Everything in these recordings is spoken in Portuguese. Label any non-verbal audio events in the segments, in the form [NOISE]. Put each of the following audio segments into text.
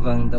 Wanda.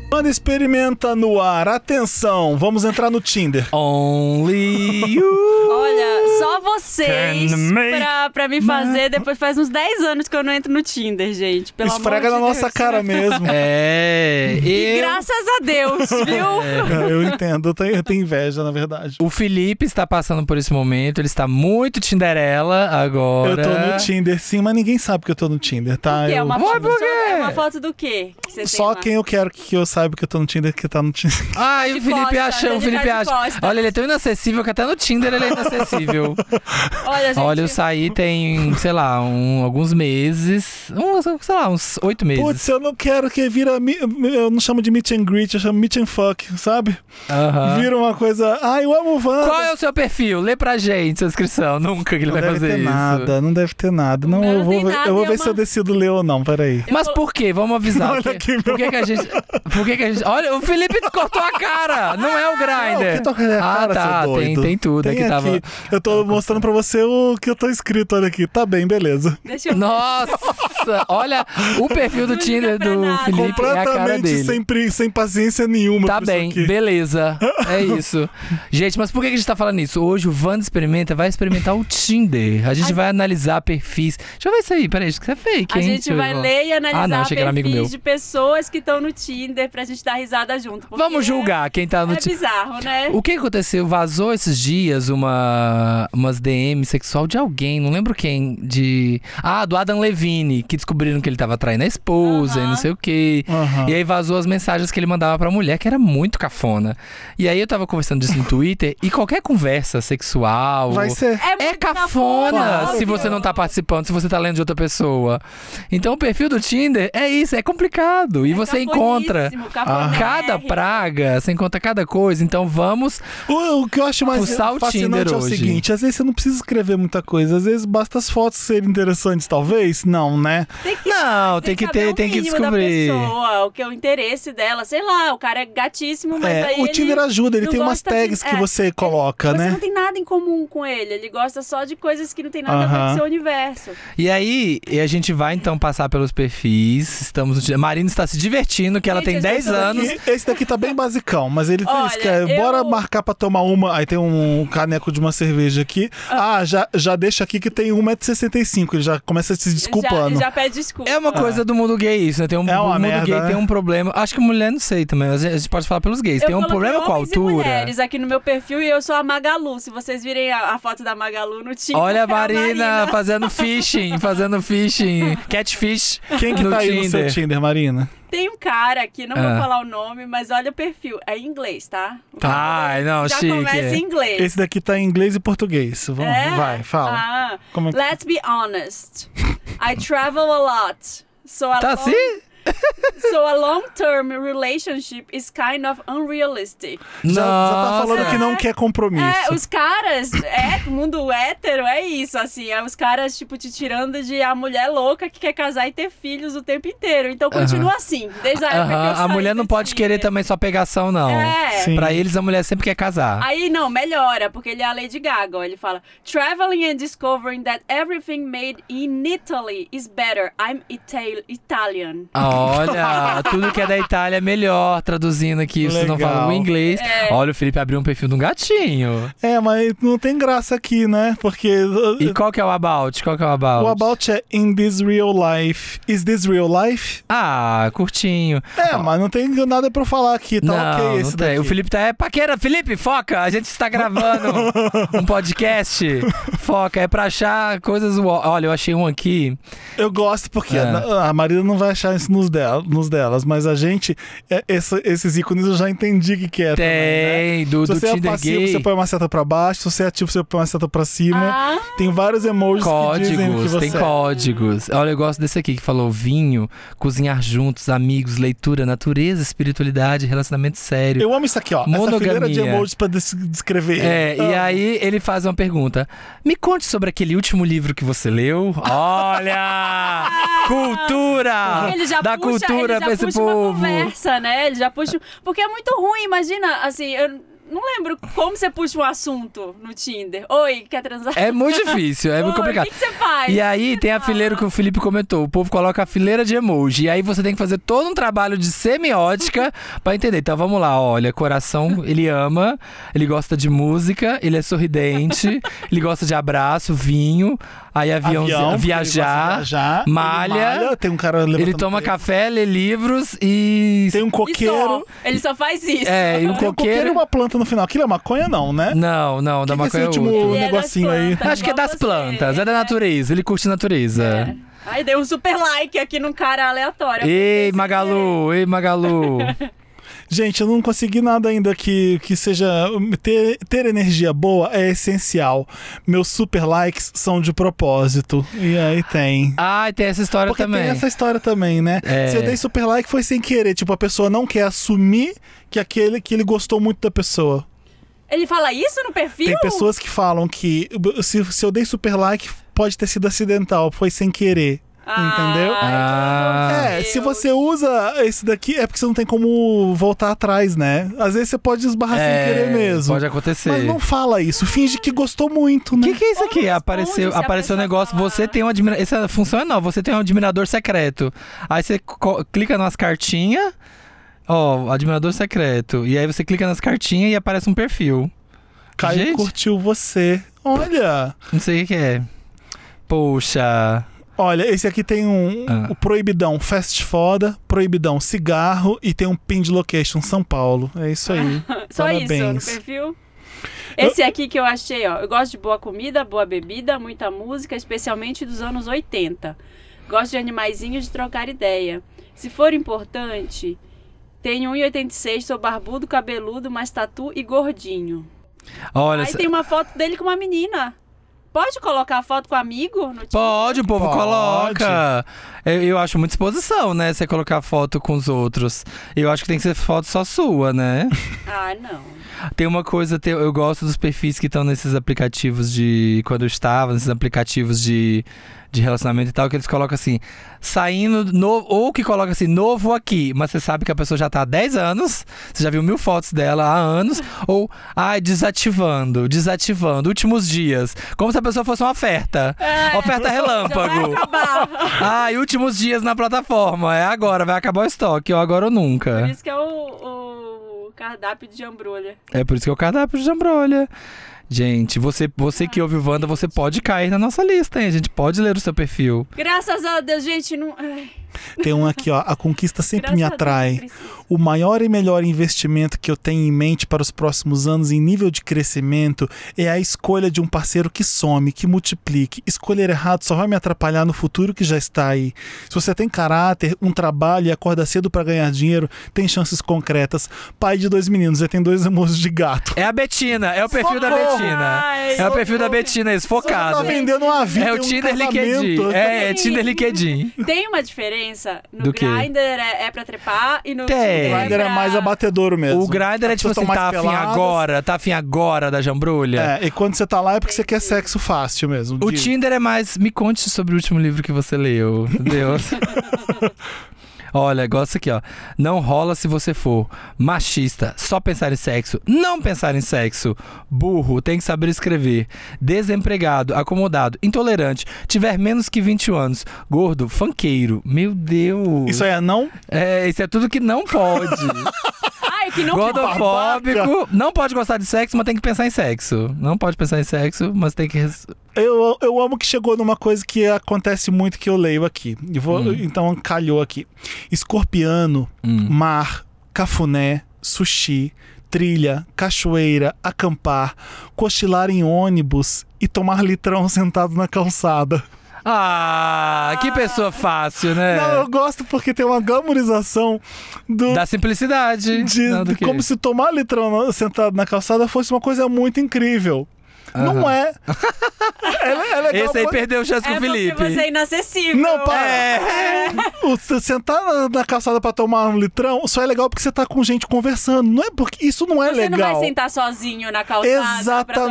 Manda experimenta no ar. Atenção, vamos entrar no Tinder. Only [LAUGHS] you. Olha, só vocês Can make pra, pra me fazer. Depois faz uns 10 anos que eu não entro no Tinder, gente. Pelo Esfrega na amor de nossa Deus. cara [LAUGHS] mesmo. É. eu- E graças a Deus, viu? É, Eu entendo, eu tenho, eu tenho inveja, na verdade. O Felipe está passando por esse momento, ele está muito Tinderela agora. Eu tô no Tinder, sim, mas ninguém sabe que eu tô no Tinder, tá? Que é Eu- uma Vai foto, por do quê? seu- é uma foto do quê? que você tem Só lá? quem eu quero que eu saiba que eu tô no Tinder, que tá no Tinder. Ah, e de o Felipe costas, acha, ele o Felipe tá de acha. costas. Olha, ele é tão inacessível que até no Tinder ele é [LAUGHS] inacessível. Olha, gente. Olha, eu saí tem, sei lá, um- alguns meses. Uns, sei lá, uns oito meses. Putz, eu não quero que vira. mi- Eu não chamo de meet and greet, eu chamo meet and fuck, sabe? Aham. Vira uma coisa. Ai, eu amo Wanda. Qual é o seu perfil? Lê pra gente sua inscrição. Nunca que ele Não vai deve fazer ter isso. nada, não deve ter nada. Não, Não eu vou tem ver, nada, eu vou é ver se uma- eu decido ler ou não, peraí. Mas por quê? Vamos avisar. Olha Por que- aqui, por que, que a gente. Por que, que a gente. Olha, o Felipe cortou a cara! Não é o Não, Grindr. que toca na cara, ah, tá. seu doido. Tem, tem tudo. Tem aqui tava. Eu tô mostrando pra você o que eu tô escrito, olha aqui. Tá bem, beleza. Deixa eu Nossa! Olha o perfil do Não liga Tinder pra do nada. Felipe é a cara Completamente dele. sem, pri- sem paciência nenhuma. Tá pra isso bem, aqui. beleza. É isso. gente, mas por que que a gente tá falando isso? Hoje o Wanda Experimenta vai experimentar o Tinder. A gente vai analisar perfis. Deixa eu ver isso aí, peraí, acho que isso é fake, A hein? gente Deixa eu vai ver. ler e analisar Ah, não, achei que era amigo perfis meu. de pessoas que estão no Tinder pra gente dar risada junto. porque Vamos julgar quem tá É, no é Tinder. bizarro, né? O que aconteceu? Vazou esses dias uma, umas DM sexual de alguém, não lembro quem, de... Ah, do Adam Levine, que descobriram que ele tava traindo a esposa e Aham. não sei o quê. Aham. E aí vazou as mensagens que ele mandava pra mulher, que era muito cafona. E aí eu tava conversando disso no Twitter, e qualquer conversa sexual... Vai ser. É muito cafona Claro. se você não tá participando, se você tá lendo de outra pessoa. Então o perfil do Tinder é isso, é complicado. E você encontra É Cafoníssimo, É, Ah. cada cafonérrimo. praga, você encontra cada coisa. Então vamos. O, o que eu acho mais Fuçar o fascinante Tinder é o hoje. seguinte: às vezes você não precisa escrever muita coisa, às vezes basta as fotos serem interessantes, talvez. Não, né? Tem que Não, tem, que saber ter, o tem que mínimo descobrir. Da pessoa, o que é o interesse dela. Sei lá, o cara é gatíssimo, mas É, aí o Tinder ele... ajuda, ele não tem umas gosta de- tags que é, você ele- coloca, Você né? não tem nada em comum com ele. Ele gosta só de coisas que não tem nada a ver Aham. com o seu universo. E aí, e a gente vai então passar pelos perfis. Estamos no Tinder. Marina está se divertindo, que ela Gente, tem é eu 10 estou anos. E esse daqui tá bem basicão, mas ele tem Olha, isso que é, eu- bora marcar pra tomar uma. Aí tem um caneco de uma cerveja aqui. Ah, já, já deixa aqui que tem 1,65m. Ele já começa se Ele desculpando. já, ele já pede desculpa. É Ah. uma coisa do mundo gay isso, né? Tem um, É uma o mundo merda, gay né? tem um problema. Acho que mulher não sei também, mas a gente pode falar pelos gays. Eu tem um coloquei problema com a homens e altura. mulheres aqui no meu perfil e eu sou a Magalu. Se vocês virem a, a foto da Magalu no Tinder. Olha é a Marina [LAUGHS] fazendo fishing, fazendo fishing, catfish. Quem que no tá aí no seu Tinder? Tinder, Marina? Tem um cara aqui, não Ah. vou falar o nome, mas olha o perfil. É em inglês, tá? O Tá, nome dele não, Já chique. começa em inglês. Esse daqui tá em inglês e português. Vamos, É? vai, fala. Ah. Como é que- Let's be honest. I travel a lot. So a Tá long, assim? So a long-term relationship is kind of unrealistic. Já, já tá Nossa. falando que não quer compromisso. É, os caras, é, mundo hétero é isso, assim, é os caras, tipo, te tirando de a mulher louca que quer casar e ter filhos o tempo inteiro. Então continua assim, desde a época que eu Aham, A saí mulher não do pode Tinder. querer também só pegação, não. É. Sim. Pra eles, a mulher sempre quer casar. Aí não, melhora, porque ele é a Lady Gaga. ó, Ele fala: Traveling and discovering that everything made in Italy is better. I'm Ital Italian. Ah, Olha, tudo que é da Itália é melhor, traduzindo aqui, vocês não Legal. falam o inglês. É. Olha, o Felipe abriu um perfil de um gatinho. É, mas não tem graça aqui, né? Porque. uh, E qual que é o about? Qual que é o about? O about é in this real life. Is this real life? Ah, curtinho. É, mas não tem nada pra eu falar aqui, tá não, ok não esse tem. daqui. O Felipe tá. É paquera, Felipe, foca! A gente está [LAUGHS] gravando um podcast. Foca, é pra achar coisas. uó- Olha, eu achei um aqui. Eu gosto porque É. a, a Marina não vai achar isso nos, dela- nos delas, mas a gente, é, essa- esses ícones eu já entendi o que, que Tem, é. também, né? do, Se do você é Tinder passivo, Gay. você põe uma seta pra baixo. Se você é ativo, você põe uma seta pra né? cima. Ah, Tem vários emojis que dizem o que Códigos, você é. tem códigos. Olha, eu gosto desse aqui que falou vinho, cozinhar juntos, amigos, leitura, natureza, espiritualidade, relacionamento é. sério. Eu amo isso aqui, ó. Essa fileira de Monogamia. emojis pra des- descrever. Ah. É, e Amo. aí ele faz uma pergunta. Me conte sobre aquele último livro que você leu. [LAUGHS] Olha! cultura! ele já Ah, da puxa, cultura ele já pra esse puxa povo. um, uma conversa, né? Ele já puxa. Porque é muito ruim, imagina, assim, eu não lembro como você puxa um assunto no Tinder. Oi, quer transar? É muito [LAUGHS] difícil, é muito Oi, complicado. O que, que você faz? E aí tem a fala? fileira que o Felipe comentou. O povo coloca a fileira de emoji. E aí você tem que fazer todo um trabalho de [LAUGHS] semiótica pra entender. Então vamos lá, olha, coração, ele ama, ele gosta de música, ele é sorridente, [LAUGHS] ele gosta de abraço, vinho, aí avião, Avião, porque ele gosta de viajar, viajar, ele malha, Tem um cara levantando ele toma peso. café, lê livros e Tem um E coqueiro. só. Ele só faz isso. é, e um Tem um coqueiro e coqueiro. uma planta no final. Aquilo é maconha, não, né? Não, não, da que que maconha é esse último- outro. um Ele é das negocinho aí. plantas, Acho que é igual das você. plantas, é da natureza, ele curte a natureza. É. Aí deu um super like aqui num cara aleatório. Ei, Magalu, ei, Magalu. [LAUGHS] Gente, eu não consegui nada ainda que, que seja. Ter, ter energia boa é essencial. Meus super likes são de propósito. E aí tem. Ai, tem essa história Porque também. tem essa história também, né? É. Se eu dei super like foi sem querer. Tipo, a pessoa não quer assumir que aquele que ele gostou muito da pessoa. Ele fala isso no perfil? Tem pessoas que falam que se, se eu dei super like, pode ter sido acidental, foi sem querer. Entendeu? Ah. É, se você usa esse daqui, é porque você não tem como voltar atrás, né? Às vezes você pode esbarrar É, sem querer mesmo. Pode acontecer. Mas não fala isso, finge que gostou muito, O né? que, que é isso aqui? Ou Apareceu, responde se a apareceu um pessoa negócio. falar. Você tem um admirador. Essa função é nova. Você tem um admirador secreto. Aí você co- clica nas cartinhas. Ó, admirador secreto. E aí você clica nas cartinhas e aparece um perfil. Caio Gente. curtiu você. Olha, Não sei o que que é. Poxa. olha, esse aqui tem um Ah. o proibidão fast foda, proibidão cigarro e tem um pin de location São Paulo. É [LAUGHS] isso aí. Só Parabéns. isso no perfil? Esse aqui que eu achei, ó. Eu gosto de boa comida, boa bebida, muita música, especialmente dos anos 80. Gosto de animaizinhos de trocar ideia. Se for importante, tenho 1,86, sou barbudo, cabeludo, mas tatu e gordinho. Olha. Aí essa- tem uma foto dele com uma menina. Pode colocar a foto com um amigo? No Tinder? Pode, o povo Pode. coloca. É, Eu, eu acho muita exposição, né? Você colocar foto com os outros. Eu acho que tem que ser foto só sua, né? Ah, não. Tem uma coisa, tem- eu gosto dos perfis que estão nesses aplicativos de. Quando eu estava, nesses aplicativos de, de relacionamento e tal, que eles colocam assim, saindo. No, ou que coloca assim, novo aqui, mas você sabe que a pessoa já tá há 10 anos, você já viu mil fotos dela há Uhum. anos, ou, ai, desativando, desativando, últimos dias. Como se a pessoa fosse uma [LAUGHS] oferta. [LAUGHS] É. Oferta Já vai relâmpago. acabar. Ai, últimos dias na plataforma. É agora, vai acabar o estoque, ou agora ou Por nunca. isso que é o, o cardápio de jambrulha. É por isso que é o cardápio de jambrolha. Gente, você, você que ouve o Wanda, você pode cair na nossa lista, hein? A gente pode ler o seu perfil. Graças a Deus, gente, não. Ai, Tem um aqui, ó, a conquista sempre me graças a Deus, atrai. preciso. O maior e melhor investimento que eu tenho em mente para os próximos anos em nível de crescimento é a escolha de um parceiro que some, que multiplique. Escolher errado só vai me atrapalhar no futuro que já está aí. Se você tem caráter, um trabalho e acorda cedo para ganhar dinheiro, tem chances concretas. Pai de dois meninos, eu tenho dois amores de [LAUGHS] gato. É a Betina, é o perfil da Socorro! Betina. Ai, É o perfil da Betina, esse Tá focado. vendendo uma vida, É o um Tinder LinkedIn. casamento. É, é Tinder LinkedIn. Tem uma diferença? No Do quê? Grindr é, é pra trepar e no Tem. Tinder O é Grindr é pra- mais abatedouro mesmo. O Grindr é As tipo pessoas assim, tão tá mais afim peladas. agora, tá afim agora da jambrolha. É, e quando você tá lá é porque você quer sexo fácil mesmo. O de- Tinder é mais. Me conte sobre o último livro que você leu. [LAUGHS] Deus. Olha, gosta aqui, ó. Não rola se você for machista, só pensar em sexo, não pensar em sexo, burro, tem que saber escrever, desempregado, acomodado, intolerante, tiver menos que 21 anos, gordo, fanqueiro. Meu Deus. Isso aí é não? é, isso é tudo que não [LAUGHS] pode. Ai, que não Gordofóbico, não pode gostar de sexo, mas tem que pensar em sexo. Não pode pensar em sexo, mas tem que res- Eu, eu amo que chegou numa coisa que acontece muito que eu leio aqui. E vou- Hum. Então calhou aqui. Escorpiano, mar, cafuné, sushi, trilha, cachoeira, acampar, cochilar em ônibus e tomar litrão [LAUGHS] sentado na calçada. Ah, que pessoa fácil, né? Não, eu gosto porque tem uma glamorização do. Da simplicidade. de- não, do de quê? como se tomar litrão na- sentado na calçada fosse uma coisa muito incrível. Não Aham. [LAUGHS] é. é, é legal, Esse aí mas- perdeu o chance com É o porque Felipe. você é inacessível. Não, para! É. O- Você sentar na, na calçada pra tomar um litrão só é legal porque você tá com gente conversando. Não é porque isso não é Você legal. não vai sentar sozinho na calçada pra tomar um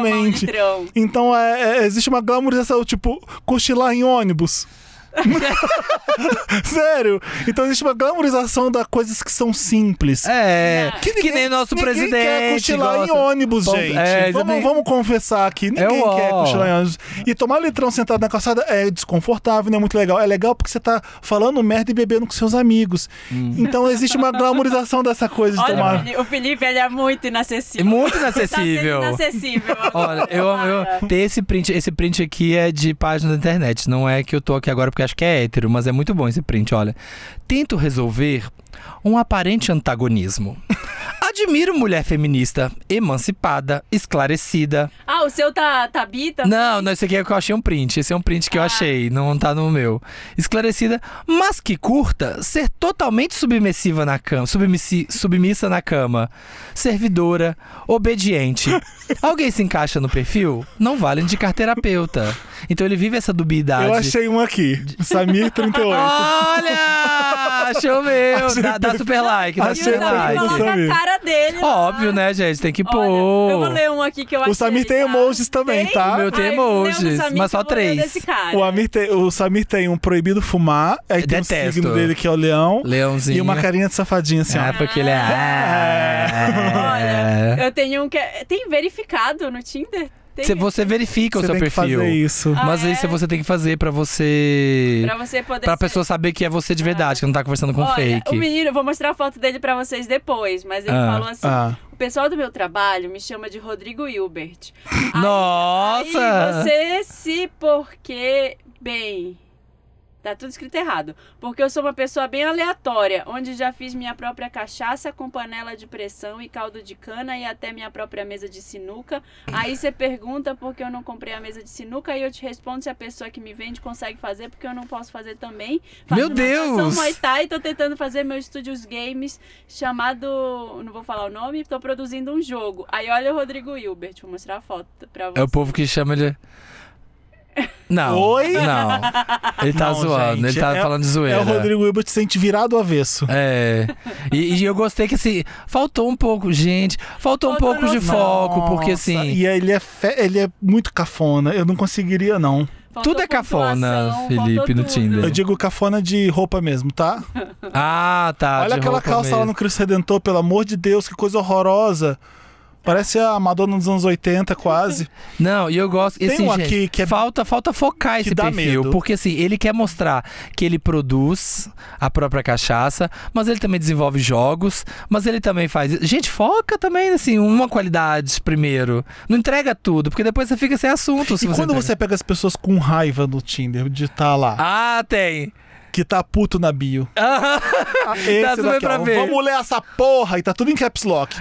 Exatamente. litrão. [LAUGHS] Então é- é- existe uma glamorização, tipo, cochilar em ônibus. [LAUGHS] Sério? Então existe uma glamorização das coisas que são simples. É, Não. que, nem nosso Ninguém quer presidente. cochilar gosta. em ônibus, Ponto- gente. É, vamos, exatamente. É vamos confessar aqui. Ninguém o quer ó. cochilar em ônibus. E tomar litrão sentado na calçada é desconfortável, não é muito legal. É legal porque você tá falando merda e bebendo com seus amigos. Hum. Então existe uma glamorização dessa coisa de Olha, o tomar. Felipe- o Felipe, ele é muito É inacessível. muito Tá sendo inacessível. inacessível. Olha, eu amo. Para. eu- Tem esse print. Esse print aqui é de página da internet. Não é que eu tô aqui agora porque acho que é hétero, mas é muito bom esse print, olha. Tento resolver um aparente antagonismo. [LAUGHS] Admiro mulher feminista, emancipada, esclarecida. Ah, o seu tá, tá bi também? Não, não, esse aqui é que eu achei um print. Esse é um print que eu Ah. achei, não tá no meu. Esclarecida, mas que curta ser totalmente submissiva na cama, submissi, submissa na cama, servidora, obediente. [LAUGHS] Alguém se encaixa no perfil? Não vale indicar terapeuta. Então ele vive essa dubiedade. Eu achei um aqui. Samir 38. Olha! Choveu! Achei dá, dá super like, dá E o achei super o Samir Davi like. do coloca Samir. a cara dele. lá. Óbvio, né, gente? Tem que Olha, eu vou pôr. ler um aqui que eu achei. O Samir tem tá? emojis também, Tem? tá? O meu tem Ah, eu vou ler um do emojis, Samir mas que eu só vou ler três. desse cara. O, Amir tem, o Samir tem um proibido fumar, aí tem um Detesto. signo dele que é o leão Leãozinho. e uma carinha de safadinha assim, Ah, ó. porque ele é. Ah. Ah. Olha, eu tenho um que. é- Tem verificado no Tinder? Tem Você, você verifica o Você seu tem que perfil. fazer isso. Ah, Mas é? isso você tem que fazer pra você. Pra você poder. Pra ser- Ah. pessoa saber que é você de verdade, que não tá conversando com Olha, fake. O menino, eu vou mostrar a foto dele pra vocês depois, mas ele Ah, falou assim: Ah. o pessoal do meu trabalho me chama de Rodrigo [LAUGHS] Hilbert. Aí- Nossa! Aí você se porque bem. Tá tudo escrito errado. Porque eu sou uma pessoa bem aleatória, onde já fiz minha própria cachaça com panela de pressão e caldo de cana e até minha própria mesa de sinuca. Aí você pergunta por que eu não comprei a mesa de sinuca e eu te respondo se a pessoa que me vende consegue fazer, porque eu não posso fazer também. Meu Fazendo Deus! natação, Muay Thai, tô tentando fazer meu estúdios games chamado. Não vou falar o nome, tô produzindo um jogo. Aí olha o Rodrigo Hilbert, vou mostrar a foto pra vocês. É o povo que chama [LAUGHS] ele. Não. Oi? Não. Ele tá Não, zoando, gente, ele tá é- falando de zoeira. É o Rodrigo Hilbert se sente virado ao avesso. É. E, e eu gostei que assim, faltou um pouco, gente, faltou um Faltou pouco de noção. foco, porque Nossa, assim. E ele é, fe- ele é muito cafona. Eu não conseguiria, não. Faltou Tudo é cafona, pontuação, Felipe, faltou no tudo. Tinder. Eu digo cafona É de roupa mesmo, tá? Ah, tá. Olha de aquela roupa calça lá no mesmo. Cristo Redentor, pelo amor de Deus, que coisa horrorosa. Parece a Madonna dos anos 80, quase. Não, e eu gosto. Tem assim, um gente, aqui que é- falta, falta focar esse dá perfil. medo. Porque assim, ele quer mostrar que ele produz a própria cachaça, mas ele também desenvolve jogos, mas ele também faz. Gente, foca também, assim, uma qualidade primeiro. Não entrega tudo, porque depois [LAUGHS] você fica sem assunto. se e quando entrega. você pega as pessoas com raiva no Tinder, de tá lá, Ah, tem. que tá puto [LAUGHS] na bio. Ah, Esse Tá, tu vai daqui, pra ó. ver. É. Vamos ler essa porra e tá tudo em caps lock.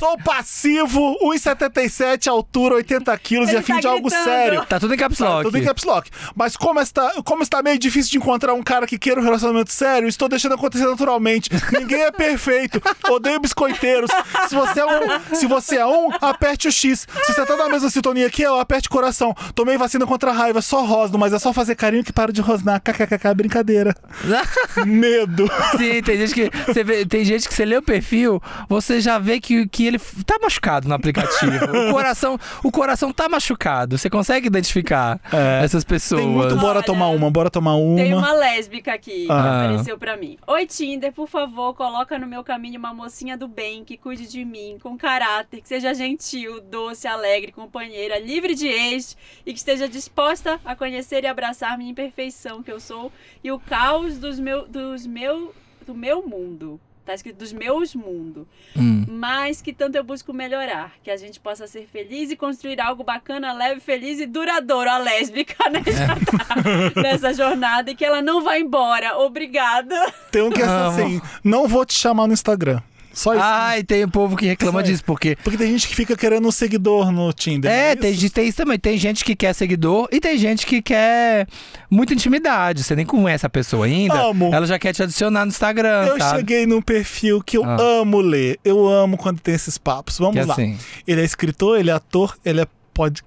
Sou passivo, 1,77, altura, 80 quilos e Ele afim tá de algo gritando. sério. Tá tudo em caps Tá, lock. tudo em caps lock. Mas como está, como está meio difícil de encontrar um cara que queira um relacionamento sério, estou deixando acontecer naturalmente. Ninguém é perfeito. Odeio biscoiteiros. Se você é um, se você é um aperte o X. Se você tá na mesma sintonia que eu, aperte o coração. Tomei vacina contra a raiva, só rosno, mas é só fazer carinho que para de rosnar. KKKK, brincadeira. Medo. Sim, tem gente que você vê- tem gente que você lê o perfil, você já vê que, que ele f- tá machucado no [LAUGHS] aplicativo. o coração, o coração tá machucado. Você consegue identificar É. essas pessoas. Tem muito bora Olha, tomar uma, bora tomar Tem uma. uma lésbica aqui que Ah. apareceu pra mim. Oi, Tinder, por favor, coloca no meu caminho uma mocinha do bem que cuide de mim, com caráter, que seja gentil, doce, alegre, companheira, livre de ex e que esteja disposta a conhecer e abraçar minha imperfeição que eu sou e o caos dos meu, dos meu, do meu mundo. Tá escrito dos meus mundos. Hum. Mas que tanto eu busco melhorar. Que a gente possa ser feliz e construir algo bacana, leve, feliz e duradouro. A lésbica, né? já tá nessa jornada. E que ela não vá embora. Obrigada. Tem um que é assim, não vou te chamar no Instagram. Só isso. Ai, tem o povo que reclama Isso aí. disso porque Porque tem gente que fica querendo um seguidor no Tinder. não é, isso? tem, gente- tem isso também. Tem gente que quer seguidor e tem gente que quer muita intimidade. Você nem conhece a pessoa ainda. Amo. Ela já quer te adicionar no Instagram, Eu sabe? cheguei num perfil que eu Ah. amo ler. Eu amo quando tem esses papos. Vamos Que é lá. assim. Ele é escritor, ele é ator, ele é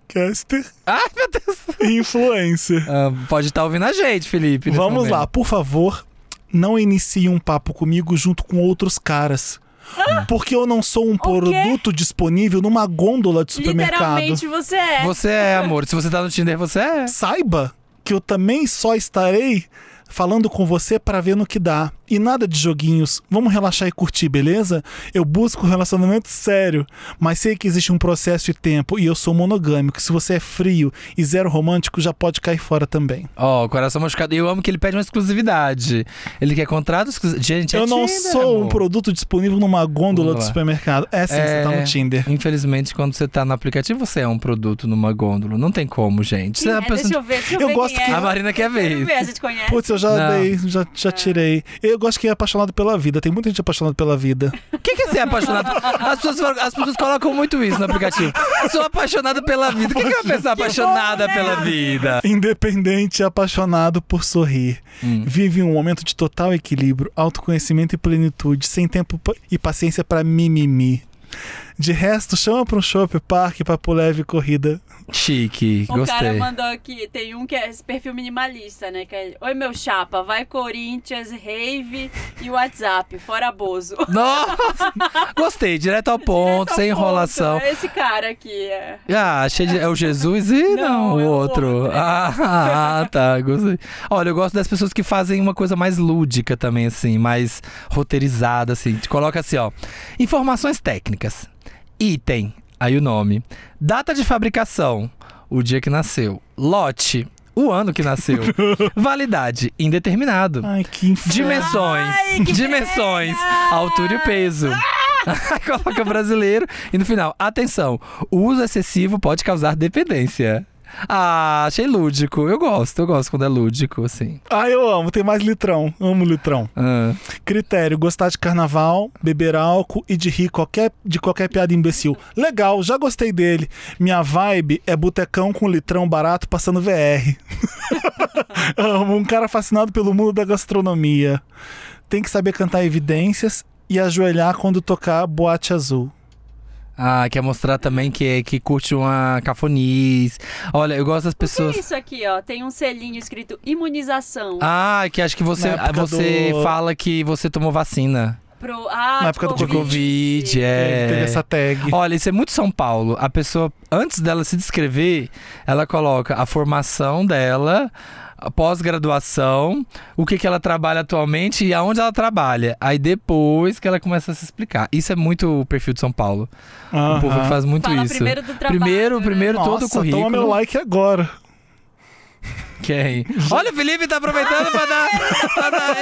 podcaster Ai, meu Deus. e [LAUGHS] influencer. Ah, pode estar ouvindo a gente, Felipe. nesse Vamos momento. lá, por favor, não inicie um papo comigo junto com outros caras. Ah. Porque eu não sou um produto disponível numa gôndola de supermercado. Literalmente você é. Você é, amor. Se você tá no Tinder, você é. Saiba que eu também só estarei falando com você para ver no que dá. E nada de joguinhos. Vamos relaxar e curtir, beleza? Eu busco um relacionamento sério, mas sei que existe um processo e tempo e eu sou monogâmico. Se você é frio e zero romântico, já pode cair fora também. Ó, o coração machucado. E eu amo que ele pede uma exclusividade. Ele quer contrato exclusivo. Gente, é eu não Tinder, sou um amor. produto disponível numa gôndola do Gôndola. supermercado. É sim, você tá É. no Tinder. Infelizmente, quando você tá no aplicativo, você é um produto numa gôndola. Não tem como, gente. Você Quem é é? uma pessoa- Deixa eu ver, deixa eu, Eu ver gosto quem que- é. A Marina quer Quero ver. ver, a gente conhece. Putz, eu já Não. É. dei, já, já tirei. Eu gosto que é apaixonado pela vida. Tem muita gente apaixonada pela vida. O que, que é ser apaixonado? As pessoas, falam- as pessoas colocam muito isso no aplicativo. Sou apaixonado pela vida. O que, que é uma pessoa [LAUGHS] apaixonada né? pela vida? Independente e apaixonado por sorrir. Vive um momento de total equilíbrio, autoconhecimento e plenitude, sem tempo pa- e paciência pra mimimi. De resto, chama pra um shopping, parque, papo leve e corrida. Chique, O cara gostei. mandou aqui, tem um que é esse perfil minimalista, né? Que é, Oi, meu chapa, vai Corinthians, rave e WhatsApp, fora Bozo. Nossa! Gostei, direto ao [LAUGHS] ponto, sem Ponto, enrolação. é Esse cara aqui, é. Ah, achei de... é o Jesus e não, Não, é o o outro. outro. Ah, [LAUGHS] ah, tá, gostei. Olha, eu gosto das pessoas que fazem uma coisa mais lúdica também, assim, mais roteirizada, assim. Te coloca assim, ó. Informações técnicas. Item, aí o nome. Data de fabricação, o dia que nasceu. Lote, o ano que nasceu. Validade, indeterminado. Ai, que inferno. Dimensões. dimensões. Altura e peso. Ah! [LAUGHS] Coloca brasileiro. E no final, atenção: o uso excessivo pode causar dependência. Ah, achei lúdico. Eu gosto, eu gosto quando é lúdico, assim. Ai, eu amo. Tem mais litrão. Amo litrão. Ah. Critério: gostar de carnaval, beber álcool e de rir qualquer, de qualquer piada imbecil. Legal, já gostei dele. Minha vibe é botecão com litrão barato passando VR. [LAUGHS] Amo, um cara fascinado pelo mundo da gastronomia. Tem que saber cantar evidências e ajoelhar quando tocar boate azul. Ah, quer mostrar também que, que curte uma cafoniz. Olha, eu gosto das Que pessoas. isso aqui, ó? Tem um selinho escrito imunização. Ah, que acho que você, Na época você do- fala que você tomou vacina Pro, ah, Na época do de Covid. É. Teve essa tag. Olha, isso é muito São Paulo. A pessoa, antes dela se descrever, ela coloca a formação dela, a pós-graduação, o que, que ela trabalha atualmente e aonde ela trabalha. Aí depois que ela começa a se explicar. Isso é muito o perfil de São Paulo. O povo que Aham. faz muito Fala isso. primeiro do trabalho. primeiro, né? primeiro todo o Nossa, currículo. toma meu like agora. Quem? é Olha, o Felipe tá aproveitando pra dar. pra [LAUGHS] dar-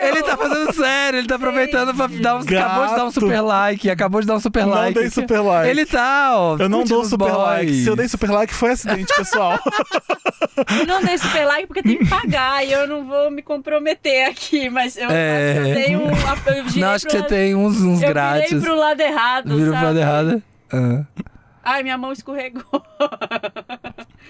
Ele tá fazendo sério, ele tá aproveitando pra dar um. Acabou de dar um Gato. super like, acabou de dar um super Não like. dei super like. Ele tá, ó. Eu não curtindo dou os super like. Se eu boys. dei super like, foi [LAUGHS] acidente, pessoal. Eu não dei super like porque tem que pagar e eu não vou me comprometer aqui, mas eu, É. eu dei um. Eu girei Não, acho que você pro lado- tem uns, uns eu grátis. virei pro lado errado. Virou sabe? pra errada. Ah. Ai, minha mão escorregou.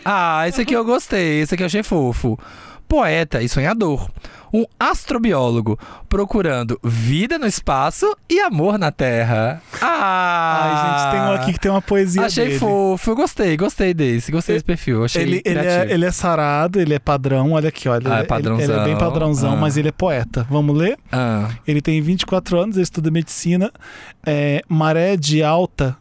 Ah, esse aqui eu gostei, esse aqui eu achei fofo. Poeta e sonhador. Um astrobiólogo procurando vida no espaço e amor na terra. Ah, Ai, gente, tem um aqui que tem uma poesia Achei dele. fofo, eu gostei, gostei desse, gostei desse perfil. Achei Ele, ele, criativo. é, ele é sarado, ele é padrão, olha aqui, olha. Ah, é ele- ele- Ele, padrãozão. é bem padrãozão, Ah. mas ele é poeta. Vamos ler? Ah, Ele tem 24 anos, ele estuda medicina. É, maré de alta,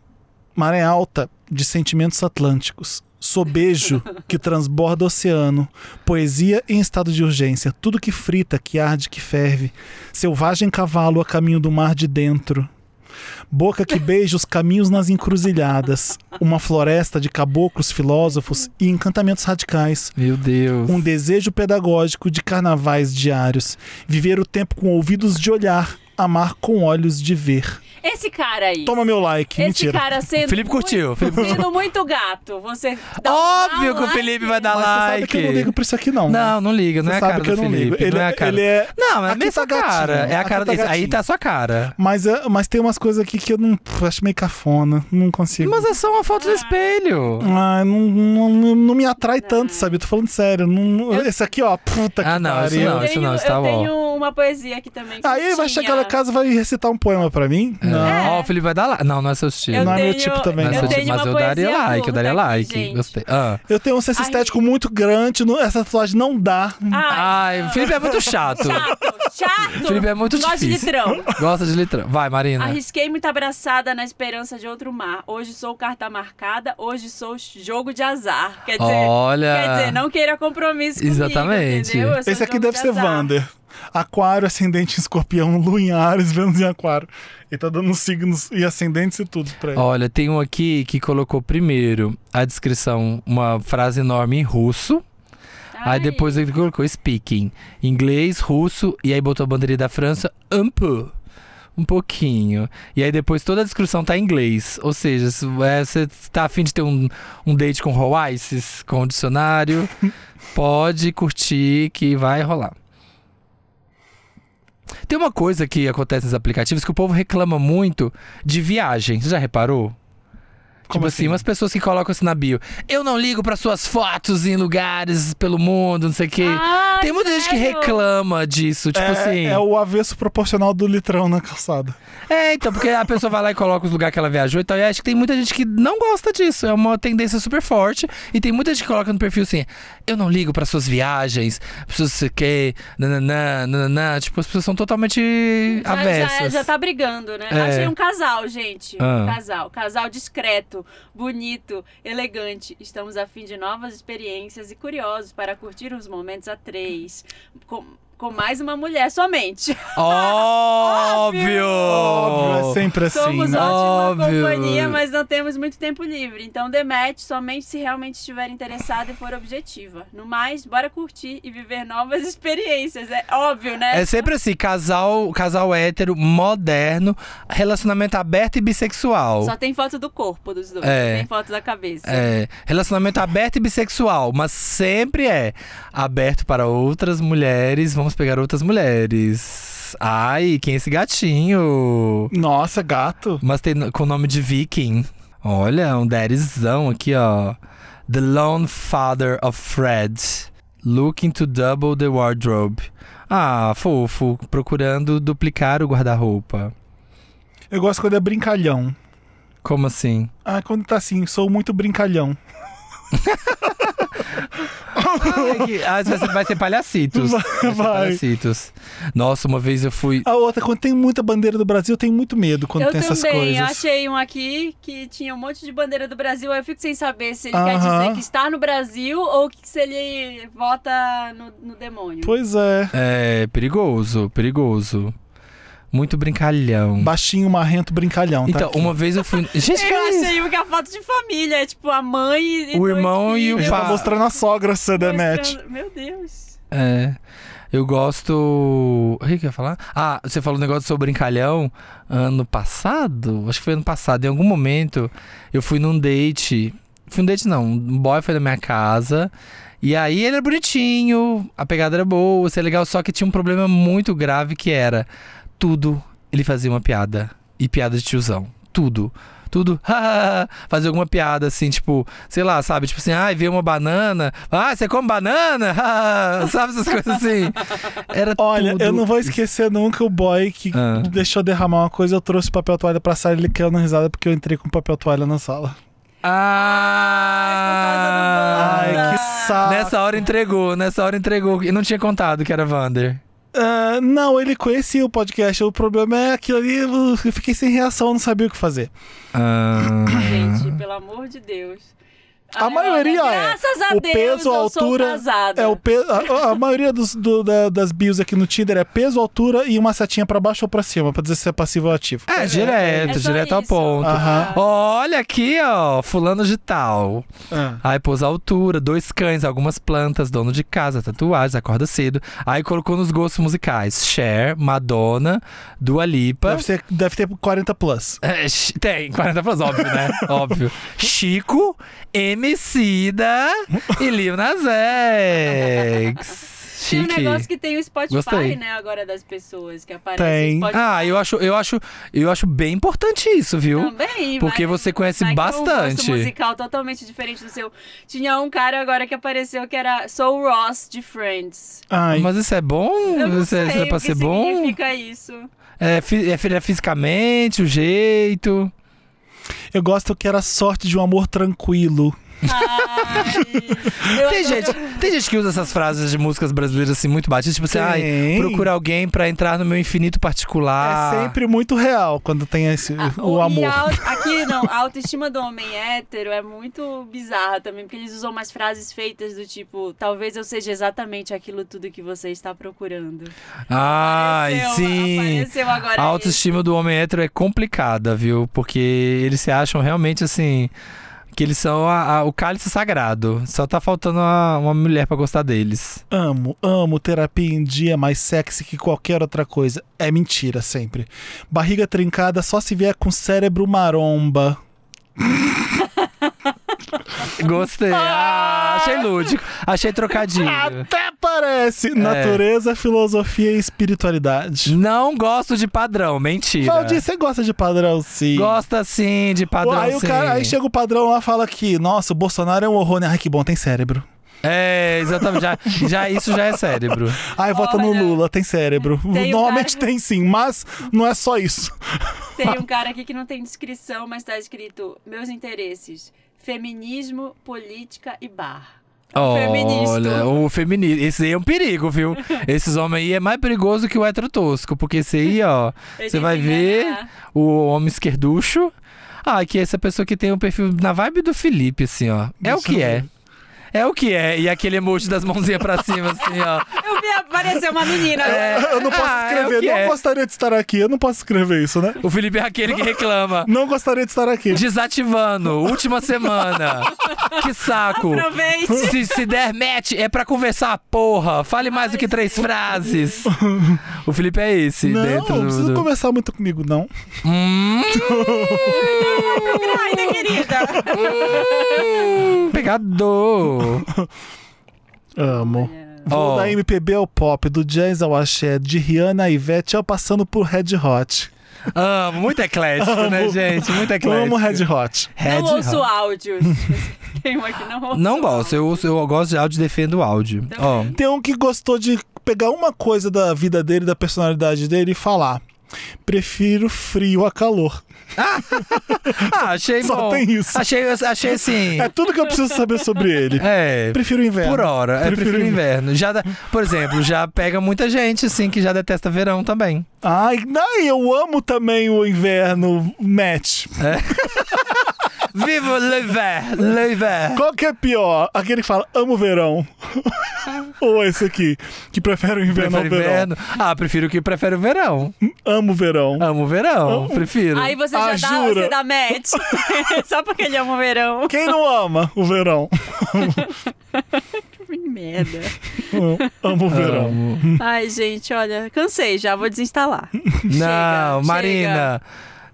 maré alta de sentimentos atlânticos. Sobejo que transborda o oceano. Poesia em estado de urgência. Tudo que frita, que arde, que ferve. Selvagem cavalo a caminho do mar de dentro. Boca que beija os caminhos nas encruzilhadas. Uma floresta de caboclos, filósofos e encantamentos radicais meu Deus. um desejo pedagógico de carnavais diários, viver o tempo com ouvidos de olhar, amar com olhos de ver. Esse cara aí. Toma meu like, Esse mentira. cara sendo. Felipe curtiu, Muito, Felipe sendo muito gato. Você. dá Óbvio um que o like. Felipe vai dar Mas você like. sabe que eu não ligo pra isso aqui não. né? Não, não liga, não Você é a sabe cara que eu do não ligo. Felipe. Ele, não é a cara. ele é Não, é a Aqui mesma tá gatinho, cara. É a aqui cara tá desse. Aí gatinho. tá a sua cara. mas, é- mas tem umas coisas aqui que eu não pff, acho meio cafona, não consigo. Mas é só uma foto no espelho. Ah, não, não, não me atrai tanto, sabe? Eu tô falando sério. não- esse aqui, ó, puta Ah, que não, isso pariu. não. Eu tenho, isso tá eu bom. tenho uma poesia aqui também. que Aí vai tinha. chegar na casa e vai recitar um poema pra mim? Não. Não, ó, o Felipe vai dar like. Não, não é seu estilo. Eu Não é meu tenho- tipo também, não é seu não. Eu estilo, tenho mas uma eu daria poesia like, eu daria curta aqui, like. gente. Gostei. Ah. Eu tenho um senso Ai. estético muito grande, não- essa tatuagem não dá. Ai, Ai, o Felipe é muito chato. chato, chato. Felipe é muito Gosto de difícil. [LAUGHS] É. litrão. Gosta de litrão. Vai, Marina. Arrisquei muito abraçada na esperança de outro mar. Hoje sou carta marcada, hoje sou jogo de azar. Quer dizer, Olha. quer dizer não queira compromisso comigo, Exatamente. entendeu? Eu sou Esse aqui jogo deve de ser azar. Wander. Aquário, ascendente em escorpião, lua em Ares, Vênus em aquário. Ele tá dando os signos e ascendentes e tudo pra ele. Olha, tem um aqui que colocou primeiro a descrição, uma frase enorme em russo. Ai, Aí depois ele colocou speaking. Inglês, russo, e aí botou a bandeirinha da França, un peu. Um pouquinho. E aí depois toda a descrição tá em inglês. Ou seja, se é, você tá afim de ter um, um date com Roaices, com o [LAUGHS] dicionário, pode curtir que vai rolar. Tem uma coisa que acontece nos aplicativos que o povo reclama muito de viagem. Você já reparou? Como tipo assim, assim? umas pessoas que colocam assim na bio. Eu não ligo para suas fotos em lugares pelo mundo, não sei o quê. Ai, Tem muita gente que Ah, sério? reclama disso, tipo é, assim. é o avesso proporcional do litrão na calçada. É, então, porque a pessoa vai lá e coloca os lugares que ela viajou e tal. E acho que tem muita gente que não gosta disso. É uma tendência super forte. E tem muita gente que coloca no perfil assim: eu não ligo para suas viagens, pra suas não sei o quê, nananã, nananã. Tipo, as pessoas são totalmente Já- avessas. Já, já tá brigando, né? É. Achei um casal, gente. Ah. Um casal. Casal discreto, bonito, elegante. Estamos a fim de novas experiências e curiosos para curtir uns momentos a três. Com, com mais uma [LAUGHS] mulher somente. Óbvio! Óbvio, é sempre assim. Somos né? ótima Óbvio. companhia, mas não temos muito tempo livre. Então demete somente se realmente estiver interessada e for objetiva. No mais, bora curtir e viver novas experiências. É óbvio, né? É sempre assim, casal, casal hétero, moderno, relacionamento aberto e bissexual. Só tem foto do corpo dos dois, É. não tem foto da cabeça. É, relacionamento aberto e bissexual, mas sempre é aberto para outras mulheres, vamos pegar outras mulheres. Ai, quem é esse gatinho? Nossa, gato. Mas tem no- com o nome de viking. Olha, um derizão aqui, ó. The Lone Father of Fred. Looking to double the wardrobe. Ah, fofo, procurando duplicar o guarda-roupa. Eu gosto quando é brincalhão. Como assim? Ah, quando tá assim, sou muito brincalhão. Ah, vai ser- vai ser palhacitos. [LAUGHS] é Vai. Palacitos. Nossa, uma vez eu fui. A outra, quando tem muita bandeira do Brasil, eu tenho muito medo quando eu tem também, essas coisas. eu achei um aqui que tinha um monte de bandeira do Brasil, aí eu fico sem saber se ele quer Aham. dizer que está no Brasil ou que se ele vota no, no demônio. Pois é. É, perigoso, perigoso. Muito brincalhão. Baixinho, marrento, brincalhão. Então, tá aqui. uma vez eu [LAUGHS] fui. Gente, que Eu é isso? achei um que é a foto de família, é tipo a mãe e O dois irmão e o Ele filhos, tá pá. mostrando a sogra, se você der match. mostrando- Meu Deus. É. Eu gosto. O que que eu ia falar? Ah, você falou um negócio sobre brincalhão ano passado? Acho que foi ano passado. Em algum momento, eu fui num date. Fui num date, não. Um boy foi na minha casa. E aí ele era bonitinho, a pegada era boa, isso é legal. Só que tinha um problema muito grave que era tudo ele fazia uma piada. E piada de tiozão. Tudo. Tudo, [LAUGHS] fazer alguma piada assim, tipo, sei lá, sabe? Tipo assim, ai, veio uma banana, ah, você come banana, [LAUGHS] sabe? Essas coisas assim. Era Olha, tudo. eu não vou esquecer nunca o boy que Ah. deixou derramar uma coisa. Eu trouxe papel toalha pra sala ele caiu na risada porque eu entrei com papel toalha na sala. Ah, Ai, Ai, por causa do que saco. Nessa hora entregou, nessa hora entregou. E não tinha contado que era Vander. Ah, não, ele conhecia o podcast. O problema é aquilo ali. Eu fiquei sem reação, não sabia o que fazer. Ah. Gente, pelo amor de Deus. A Ai, maioria olha, é. Graças a o Deus, peso, a Tá eu altura. sou casada. É o peso. A, a maioria dos, do- da- das bios aqui no Tinder é peso, altura e uma setinha pra baixo ou pra cima, pra dizer se é passivo ou ativo. É, direto, É só direto ao isso. ponto. Aham. Olha aqui, ó, fulano de tal. Ah. Aí pôs a altura, dois cães, algumas plantas, dono de casa, tatuagens, acorda cedo. Aí colocou nos gostos musicais: Cher, Madonna, Dua Lipa. Deve, ser- deve ter 40 plus. É, chi- tem, 40 plus, óbvio, [LAUGHS] né? óbvio. Chico, Emicida e Lil Nas X. Tem um Chique. negócio que tem o Spotify, Gostei. né, agora das pessoas, que aparece Tem. o Spotify. Ah, eu acho, eu acho, eu acho bem importante isso, viu? Também, Porque vai- você conhece vai que é um gosto bastante. musical totalmente diferente do seu. Tinha um cara agora que apareceu que era Soul Ross de Friends. Ai, Mas isso é bom? Eu não isso, é, isso sei é pra o que ser bom? significa isso. É, fi- é, fi- é fisicamente, o jeito. eu gosto que era a sorte de um amor tranquilo. [LAUGHS] Ai, eu Tem adoro- gente, tem gente que usa essas frases de músicas brasileiras assim muito batidas, tipo assim, ai, Tem. procura alguém pra entrar no meu infinito particular. É sempre muito real quando tem esse, Ah, o, e a amor. au- aqui não, a autoestima do homem hétero é muito bizarra também, porque eles usam umas frases feitas do tipo, talvez eu seja exatamente aquilo tudo que você está procurando. Ai, Apareceu- sim. Apareceu agora A autoestima do homem hétero é complicada, viu? Porque eles se acham realmente assim. Que eles são a- a- o cálice sagrado. Só tá faltando uma, uma mulher pra gostar deles. Amo, amo terapia em dia mais sexy que qualquer outra coisa. É mentira sempre. Barriga trincada só se vier com cérebro maromba. Gostei. Ah, achei lúdico. Achei trocadilho. Até parece É. natureza, filosofia e espiritualidade. Não gosto de padrão, mentira. Valdir, você gosta de padrão, sim. Gosta sim de padrão. aí, o sim. cara- aí chega o padrão lá e fala que, nossa, o Bolsonaro é um horror, né? Ai, que bom, tem cérebro. É, exatamente. Já, já- isso já é [LAUGHS] cérebro. Ai, vota no Olha, Lula, tem cérebro. tem um Normalmente cara- tem sim, mas não é só isso. Tem um cara aqui que não tem descrição, mas tá escrito meus interesses: feminismo, política e bar. Olha, Feministo. o feminista. Esse aí é um perigo, viu? Esses homens aí é mais perigoso que o hétero tosco, porque esse aí, [LAUGHS] ó, Ele você vai que ver ganhar. o homem esquerducho. Ah, que é essa pessoa que tem o perfil na vibe do Felipe, assim, ó. É o Deixa eu que é. ver. É o que é. E aquele emoji das mãozinhas pra cima, assim, ó. Eu vi aparecer uma menina. Eu não posso Ah, é o escrever, que não é. gostaria de estar aqui. Eu não posso escrever isso, né? O Felipe é aquele que reclama. Não gostaria de estar aqui. Desativando, última semana. Que saco. Aproveite. Se, se der match, é pra conversar, porra. Fale mais do que três frases. O Felipe é esse, não, dentro não precisa do... do... conversar muito comigo, não. Hum, Ainda querida. hum, pegador. Amo. Vou Ó. da MPB ao é pop, do jazz ao axé, de Rihanna a Ivete, eu passando por Red Hot. Amo, muito eclético, né, Amo. gente? Muito Eu eclético. amo Red Hot. Red não ouço Hot. áudios. [LAUGHS] Tem um aqui, não ouço. Não gosto, áudio. eu, ouço- eu gosto de áudio, defendo áudio. Ó, Tem um que gostou de pegar uma coisa da vida dele, da personalidade dele e falar. Prefiro frio a calor. Ah, achei Só bom. tem isso. Achei, achei assim... É tudo que eu preciso saber sobre ele. É, Prefiro o inverno. Por hora, é prefiro o inverno. Já, dá- por exemplo, já pega muita gente, assim, que já detesta verão também. Ai, não, e eu amo também o inverno match. Viva l'hiver, l'hiver. Qual que é pior? Aquele que fala amo [LAUGHS] verão. Ou esse aqui, que prefere é o inverno Prefere ao verão. inverno? Ah, prefiro que prefere o verão. Amo verão. Amo o verão, prefiro. Aí você Ah, já dá, jura? você dá match. [LAUGHS] Só porque ele é um ama [LAUGHS] o verão. Quem não ama o [LAUGHS] verão? Que merda. Amo o verão. [LAUGHS] Amo. Ai, gente, olha, cansei já, vou desinstalar. Não, chega. Marina.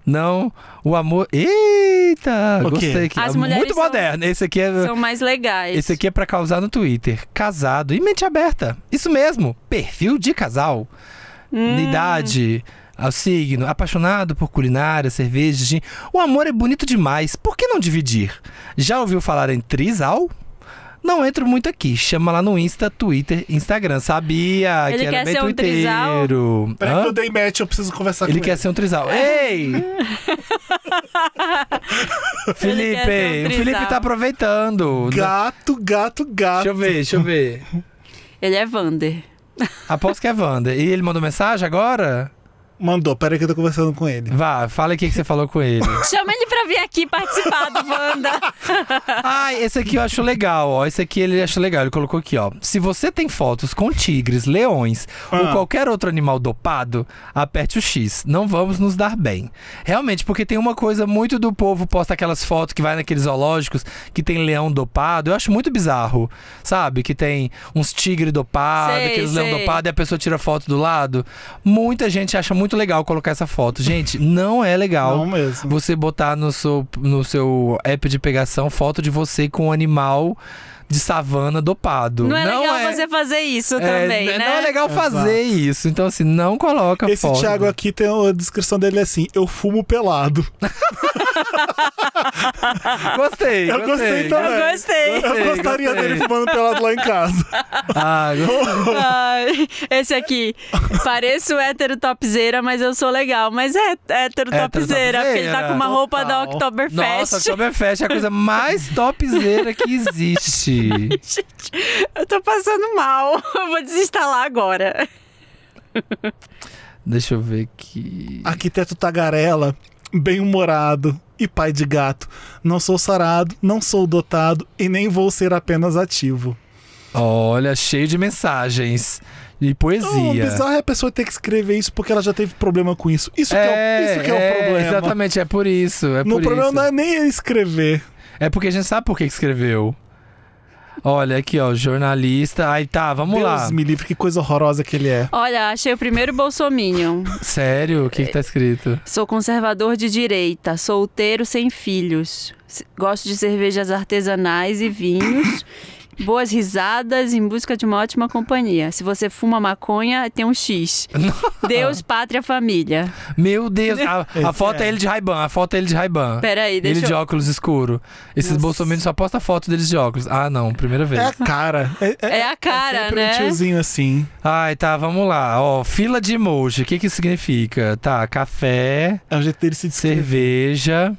Não, o amor. Eita! O quê? Gostei aqui. As mulheres Muito são- moderno. Esse aqui é. São mais legais. Esse aqui é pra causar no Twitter. Casado e mente aberta. Isso mesmo. Perfil de casal. Hum. Idade. Ao signo, apaixonado por culinária, cerveja, gin. O amor é bonito demais, por que não dividir? Já ouviu falar em trisal? Não entro muito aqui, chama lá no Insta, Twitter, Instagram. Sabia Ele que era quer bem ser um trisal? twitteiro. Peraí Hã? que eu dei match, eu preciso conversar Ele com quer ser um [LAUGHS] trisal. Ei! um Ele quer Felipe, ser um o Felipe trisal. tá aproveitando. Gato, gato, gato. Deixa eu ver, deixa eu ver. Ele é Vander. Aposto que é Wanda. E ele mandou mensagem agora? Mandou, peraí que eu tô conversando com ele. Vá, fala aqui o que você falou com ele. Chama ele pra vir aqui participar do Wanda. Ai, Ah, esse aqui eu acho legal, ó. Esse aqui ele acha legal. Ele colocou aqui, ó. Se você tem fotos com tigres, leões ou Ah. qualquer outro animal dopado, aperte o X. Não vamos nos dar bem. Realmente, porque tem uma coisa muito do povo posta aquelas fotos que vai naqueles zoológicos que tem leão dopado. Eu acho muito bizarro, sabe? Que tem uns tigres dopados, Sei, aqueles leão sei. dopados e a pessoa tira foto do lado. Muita gente acha muito legal colocar essa foto. Gente, não é legal Não mesmo. você botar no seu, no seu app de pegação foto de você com um animal de savana dopado. Não é legal você fazer isso é, também, n- né? Não é legal fazer isso. Então, assim, não coloca Esse foto. Thiago aqui tem a descrição dele é assim: eu fumo pelado. Gostei, Eu gostei então. gostei. também. Eu gostei. Eu gostaria gostei. dele fumando pelado lá em casa. Ah, [LAUGHS] gostei. Ai, esse aqui. Pareço hétero topzeira, mas eu sou legal. Mas é hétero topzeira, porque ele tá com uma roupa da Total. Nossa, Oktoberfest. Oktoberfest é a coisa [LAUGHS] mais topzera que existe. Gente, [LAUGHS] eu tô passando mal. Eu vou desinstalar agora. Deixa eu ver aqui. Arquiteto tagarela, bem-humorado e pai de gato. Não sou sarado, não sou dotado e nem vou ser apenas ativo. Olha, cheio de mensagens e Não, o poesia. bizarro é a pessoa ter que escrever isso porque ela já teve problema com isso. Isso que é, o- isso que é, o problema. Exatamente, é por isso. É No por problema isso. não é nem ele escrever. É porque a gente sabe por que que escreveu. Olha aqui, ó, jornalista. Aí tá, vamos Deus lá. me livre, que coisa horrorosa que ele é. Olha, achei o primeiro bolsominion. Sério? O que, que tá escrito? Sou conservador de direita, solteiro sem filhos. S- Gosto de cervejas artesanais e vinhos. Boas risadas em busca de uma ótima companhia. Se você fuma maconha, tem [LAUGHS] um X. Deus, pátria, família. Meu Deus, a, a Esse foto é. é. ele de Ray-Ban, a foto é ele de Ray-Ban. Peraí, deixa Ele de eu... óculos escuro. Esses Nossa. bolsominions só postam foto deles de óculos. Ah, não, primeira É vez. a cara. É, é- É a cara, sempre né? um tiozinho assim. Ai, tá, vamos lá. Ó, fila de emoji. O que que isso significa? Tá, café, É o jeito dele se descrever. cerveja,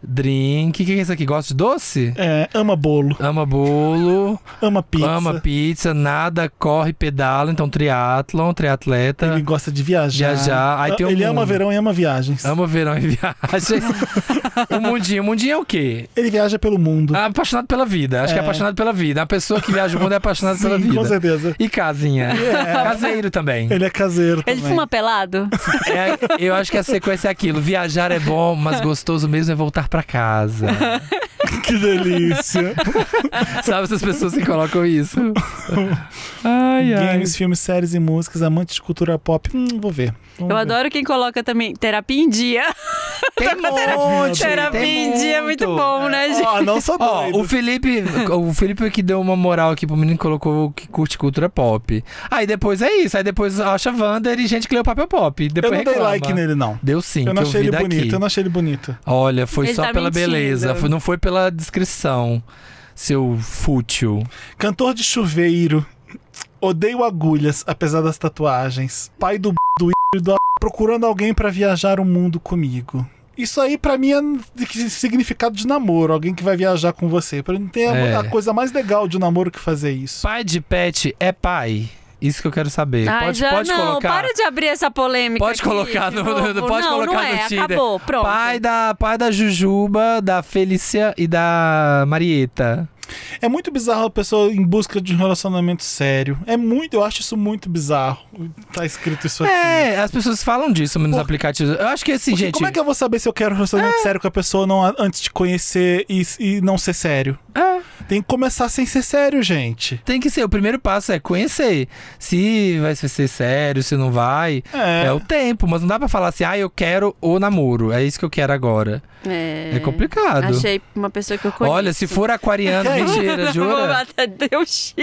drink. O que que é isso aqui? Gosta de doce? É, ama bolo, Ama bolo, ama pizza. ama pizza, nada, corre, pedala, então triatlon, triatleta. Ele gosta de viajar. Ah, Viajar. Aí tem o ele ama mundo. verão e ama viagens. Ama verão e [LAUGHS] viagens. o mundinho. O mundinho é o quê? Ele viaja pelo mundo. Apaixonado pela vida. Acho que é É. apaixonado pela vida. A pessoa que viaja o mundo é apaixonada pela Sim, com vida. certeza. É. E [LAUGHS] casinha. Caseiro também. Ele é caseiro Ele também. fuma pelado? É, eu acho que a sequência é aquilo. Viajar é bom, mas gostoso mesmo é voltar pra casa. Que [LAUGHS] delícia. Sabe essas pessoas que colocam [LAUGHS] isso? Ai, ai. Games, filmes, séries e músicas, amante de cultura pop. Hum, vou ver. Vamos Eu ver. adoro quem coloca também terapia em dia. Tem monte, [LAUGHS] terapia tem em dia é muito bom, né, gente? Ó, não sou Ó, doido. o Felipe, [LAUGHS] o Felipe que deu uma moral aqui pro menino colocou que curte cultura pop. Aí depois é isso, aí depois acha Wander e gente que leu papel pop. eu Depois não dei reclama. like nele, não. Deu sim, eu que não eu achei vi ele daqui. bonito, eu não achei ele bonito. Olha, foi Ele só tá pela mentindo. beleza, foi- não foi pela descrição. Seu fútil. Cantor de chuveiro. Odeio agulhas, apesar das tatuagens. Pai do b- do i- e do a- procurando alguém pra viajar o mundo comigo. Isso aí pra mim é de- significado de namoro, alguém que vai viajar com você. Pra mim tem a, É. a coisa mais legal de um namoro que fazer isso. Pai de pet é pai? Isso que eu quero saber. Ai, pode Ah, já pode não, colocar. para de abrir essa polêmica. Pode aqui, colocar de no- novo. no- pode não, colocar não no é, Tinder. Acabou, pronto. Pai da, pai da Jujuba, da Felícia e da Marieta. É muito bizarro a pessoa em busca de um relacionamento sério. É muito, eu acho isso muito bizarro. Tá escrito isso aqui. É, as pessoas falam disso nos Por- aplicativos. Eu acho que assim, Porque gente. É. como é que eu vou saber se eu quero um relacionamento sério com a pessoa não, a- antes de conhecer e, e não ser sério? É. Tem que começar sem ser sério, gente. Tem que ser, o primeiro passo é conhecer. Se vai ser sério, se não vai. É, o tempo, mas não dá pra falar assim, ah, eu quero o namoro, é isso que eu quero agora. É, complicado. Achei uma pessoa que eu conheço. Olha, se for [LAUGHS] aquariano, mentira, jura? Até deu um X,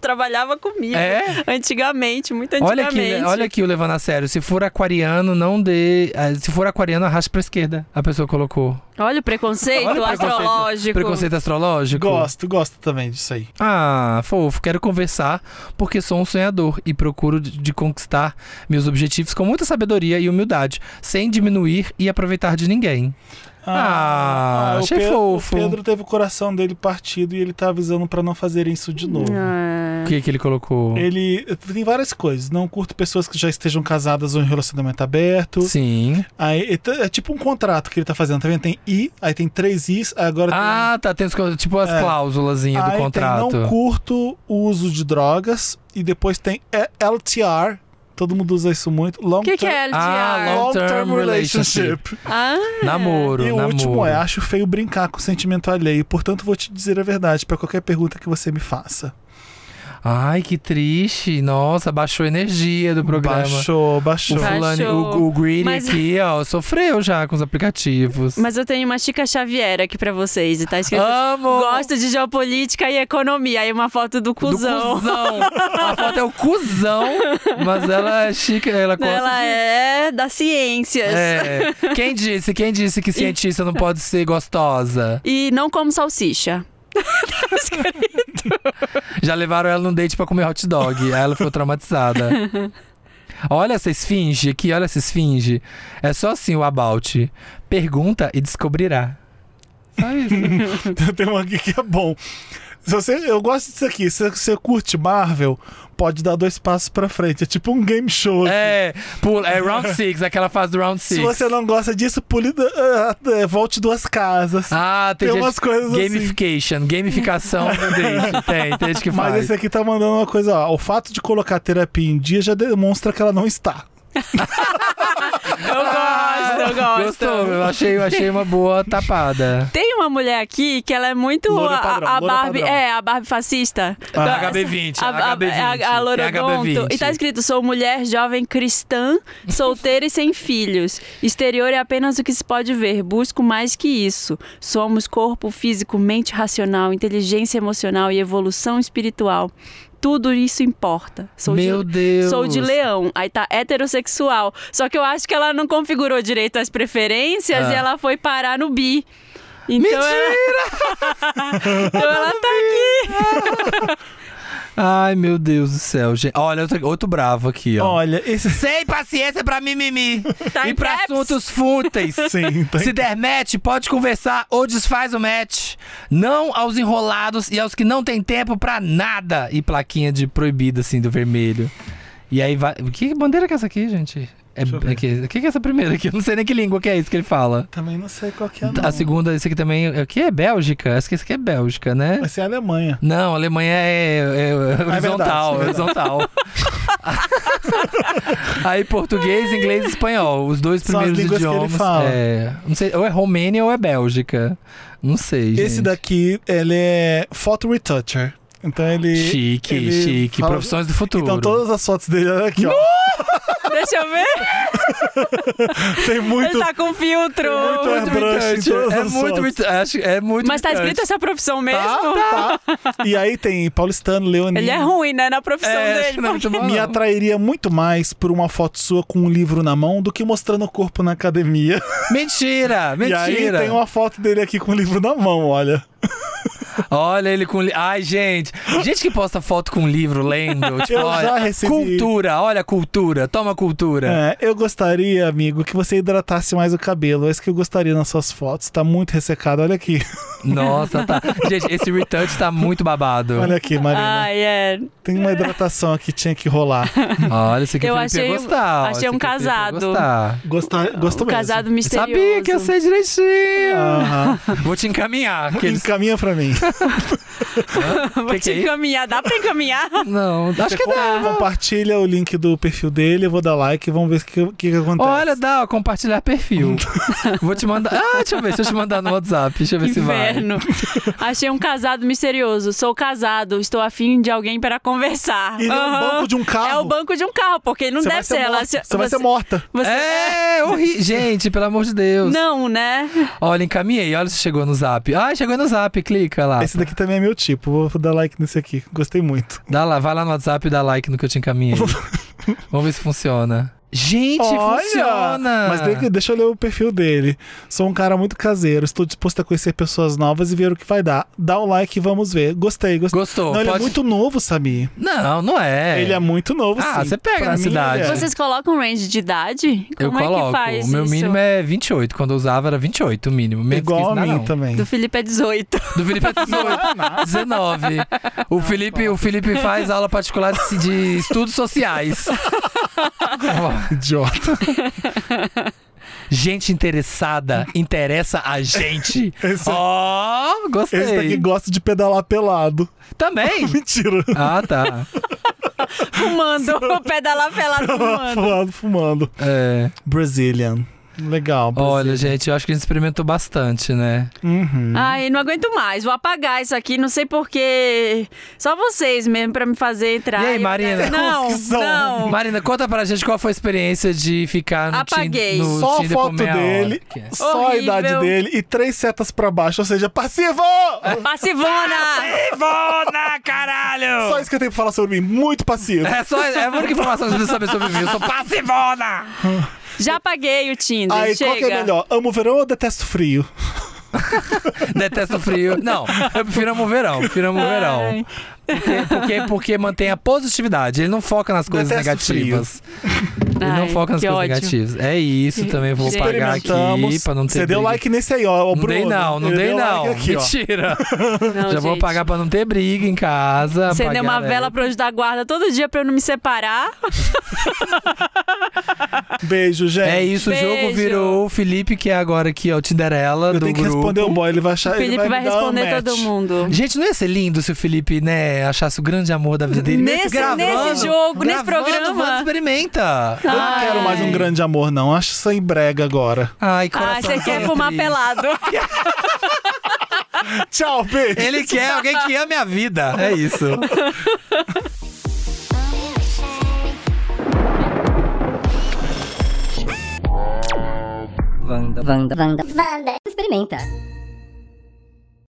trabalhava comigo. É? assim, Antigamente, muito Olha aqui, né? antigamente. olha aqui o levando a sério. Se for aquariano, não dê. ah, Se for aquariano, arraste pra esquerda. A pessoa colocou. Olha o preconceito Olha o preconceito. astrológico. Preconceito astrológico? Gosto, gosto também disso aí. Ah, fofo, quero conversar porque sou um sonhador e procuro de, de conquistar meus objetivos com muita sabedoria e humildade, sem diminuir e aproveitar de ninguém. Ah, o achei Pedro- fofo. O Pedro teve o coração dele partido e ele tá avisando pra não fazer isso de novo. Ah, O que que ele colocou? Ele tem várias coisas. Não curto pessoas que já estejam casadas ou em relacionamento aberto. Sim. Aí, é t- é tipo um contrato que ele tá fazendo, tá vendo? Tem I, aí tem três Is, aí agora Ah, tá, tem as co- tipo as É. cláusulas tem. aí do tem contrato. não curto o uso de drogas. E depois tem é, LTR. Todo mundo usa isso muito. Long o que, que term- é LDR? Ah, long- Long-term relationship. Ah, Namoro, E o namoro. último é, acho feio brincar com o sentimento alheio, portanto vou te dizer a verdade pra qualquer pergunta que você me faça. Ai, que triste. Nossa, baixou a energia do Um programa. Baixou, O, [LAUGHS] baixou. Vai. fulano, Baixou. o, o Greedy Mas- aqui, ó, sofreu já com os aplicativos. Mas eu tenho uma Chica Xavier aqui pra vocês. E tá escrito: Amo! Gosto de geopolítica e economia. Aí uma foto do Do cuzão. cuzão. A foto é o cuzão, mas ela é chique, ela gosta [LAUGHS] Ela de... é das ciências. É. Quem disse? Quem disse que cientista não pode ser gostosa? E não como salsicha. Já levaram ela num date pra comer hot dog. Aí ela ficou traumatizada. Olha essa esfinge aqui, olha essa esfinge. É só assim o about. Pergunta e descobrirá. Só isso. [LAUGHS] Tem um aqui que é bom. Se você, eu gosto disso aqui. Se você curte Marvel, pode dar dois passos pra frente. É tipo um game show. É, pula, é round six, aquela fase do round six. Se você não gosta disso, pule, ah, ah, volte duas casas. Ah, tem, Tem gente- umas coisas assim. Gamification, gamificação do date. Tem, tem gente que Mas faz. esse aqui tá mandando uma coisa, ó. O fato de colocar a terapia em dia já demonstra que ela não está. Eu [LAUGHS] gosto, eu gosto. Gostou, eu achei, eu achei uma boa tapada. Tem uma mulher aqui que ela é muito Loura a- padrão, a, loura Barbie, padrão. é, a Barbie fascista. Tá, Ah, HB20, Tá. a, HB20. a, a, a Tem Lorodonto. HB20. E tá escrito: sou mulher jovem cristã, solteira e sem filhos. Exterior é apenas o que se pode ver. Busco mais que isso. Somos corpo físico, mente racional, inteligência emocional e evolução espiritual. Tudo isso importa. Sou de- Meu Deus. Sou de leão, aí tá heterossexual. Só que eu acho que ela não configurou direito as preferências Ah. e ela foi parar no bi. Então Mentira! Ela, [LAUGHS] então ela tá [LAUGHS] aqui. Ai, meu Deus do céu, gente. Olha, outro, outro bravo aqui, ó. Olha, esse [LAUGHS] Sem paciência pra mimimi. Tá e em pra caps. assuntos fúteis. sim, tá Se der match, pode conversar ou desfaz o match. Não aos enrolados e aos que não tem tempo pra nada. E plaquinha de proibido, assim, do vermelho. E aí vai. Que bandeira que é essa aqui, gente? É, Deixa eu ver. é que, que que é essa primeira aqui? Eu não sei nem que língua que é isso que ele fala. Também não sei qual que é, A não. Assim- segunda, esse aqui também. é- O que é Bélgica? Acho que esse aqui é Bélgica, né? Vai ser a Alemanha. Não, a Alemanha é, é- é horizontal, é verdade. [LAUGHS] horizontal. Aí português, inglês e espanhol, os dois São as primeiros línguas que ele idiomas. fala. É, não sei, ou é Romênia ou é Bélgica. Não sei, gente. Esse daqui, ele é photo retoucher. Então ele... chique, ele chique, fala- profissões do futuro. Então todas as fotos dele, olha aqui, ó. Deixa eu ver. [LAUGHS] Tem muito... Ele tá com filtro. Tem É muito muito airbrush em irritante, todas é as muito, fotos. irritante, acho, é muito Mas tá irritante. escrito essa profissão mesmo? Tá, tá. E aí tem paulistano, leonino. Ah, Ele é ruim, né? Na profissão É, acho que dele. tá não é muito bom, Me não. atrairia muito mais por uma foto sua com um livro na mão do que mostrando o corpo na academia. Mentira, mentira. E aí tem uma foto dele aqui com o livro na mão, olha. Olha ele com. li- Ai, gente. Gente que posta foto com livro [LAUGHS] lendo. Tipo, Eu olha, já recebi. Cultura, olha a cultura. Toma cultura. É, eu gostaria, amigo, que você hidratasse mais o cabelo. É isso que eu gostaria nas suas fotos. Tá muito ressecado. Olha aqui. Nossa, [LAUGHS] tá. Gente, esse retouch tá muito babado. Olha aqui, Marina. Ai, é. Tem uma hidratação aqui, tinha que rolar. Olha, esse aqui Eu o Felipe ia achei- gostar. ó, achei esse um aqui o Felipe ia casado. Gostar. Gostar, gosto [LAUGHS] O mesmo. casado Eu misterioso. sabia que eu sei direitinho. Aham. Vou te encaminhar. Que [LAUGHS] eles... Encaminha pra mim. Vou Que te que é isso? encaminhar. Dá pra encaminhar? Não, acho que dá. Compartilha o link do perfil dele, eu vou dar like e vamos ver o que, o que que acontece. Olha, dá, ó, compartilhar [LAUGHS] perfil. Vou te mandar. Ah, deixa eu ver, deixa eu te mandar no WhatsApp. Deixa eu ver se vai. Inverno. Achei um casado misterioso. Sou casado, estou afim de alguém para conversar. Ele é um Aham. banco de um carro. É o banco de um carro, porque ele não Você vai deve ser. ela- morta. se- Você vai ser morta. você- É, horrível. Gente, pelo amor de Deus. Não, né? Olha, encaminhei. Olha se chegou no zap. Ah, chegou no zap. Clica lá. Esse daqui também é meu tipo. Vou dar like nesse aqui. Gostei muito. Dá lá, vai lá no WhatsApp e dá like no que eu te encaminhei. Vamos ver se funciona. Gente, funciona! Mas tem que- deixa eu ler o perfil dele. Sou um cara muito caseiro. Estou disposto a conhecer pessoas novas e ver o que vai dar. Dá o like e vamos ver. Gostei, gostei. Gostou? Não, ele é pode- muito novo, Samir. Não, não é. Ele é muito novo, Ah, sim. você pega Pra na mim, cidade. ele é. Vocês colocam range de idade? Eu Como coloco. é que faz o meu isso? mínimo é 28. Quando eu usava era 28, o mínimo. Menos que Igual isso, a não, mim não. também. Do Felipe é 18. Do Felipe é 18. 19. Ah, O Felipe, o Felipe faz aula particular de- de estudos sociais. [LAUGHS] Idiota. Gente interessada interessa a gente. [LAUGHS] Esse- Ó, gostei. Esse daqui gosta de pedalar pelado. [LAUGHS] Também. Mentira. Ah, tá. [LAUGHS] Fumando. o pedalar pelado fumando. Fumando, fumando. É. Brazilian. Legal. Olha, Brasil. gente, eu acho que a gente experimentou bastante, né? Uhum. Ai, não aguento mais. Vou apagar isso aqui, não sei porquê. Só vocês mesmo pra me fazer entrar. E aí, Eu- Marina? Não, Os que são. não. Marina, conta pra gente qual foi a experiência de ficar no, Apaguei. Tin- no Só a Tinder por foto meia hora. dele, Que é. só a Horrível. idade dele e três setas pra baixo, ou seja, [LAUGHS] passivo! Passivona! Ivona, caralho! Só isso que eu tenho pra falar sobre mim, muito passivo. É só é a única informação que você precisa saber sobre mim. Eu sou passivona! Já apaguei o Tinder, Aí, chega. qual que é melhor? Amo verão ou detesto frio? Detesto o frio. Não, eu prefiro amo o verão. Prefiro amo o verão. Ai. Porque, porque, porque mantém a positividade. Ele não foca nas coisas Detesto negativas. Ele não Ai, foca nas que coisas ódio. negativas. É isso, também vou Gente. pagar aqui Experimentamos. pra não ter. Você deu briga. like nesse aí, ó. Não o Bruno. dei não, não Ele dei deu like não. [LAUGHS] aqui, ó. Mentira. Não, Já vou gente. apagar pra não ter briga em casa. Você apagar né? deu uma ela. vela pro anjo da guarda todo dia pra eu não me separar. Beijo, gente. É isso, o jogo Beijo. virou o Felipe, que é agora aqui, ó, o Tinderela Eu do tenho que grupo. responder o boy, ele vai achar. O Felipe ele vai me dar um responder match. todo mundo. Gente, não ia ser lindo se o Felipe, né, achasse o grande amor da vida dele. Ia ser Nesse- nesse jogo, nesse gravando, programa. Vamos experimenta. Eu não quero mais um grande amor, não. Acho isso aí brega agora. Ai, Ah, coração. você quer triste. fumar pelado. [LAUGHS] Tchau, beijo. Ele quer alguém que ame a vida. É isso. [LAUGHS] Wanda. Wanda. Wanda. Experimenta.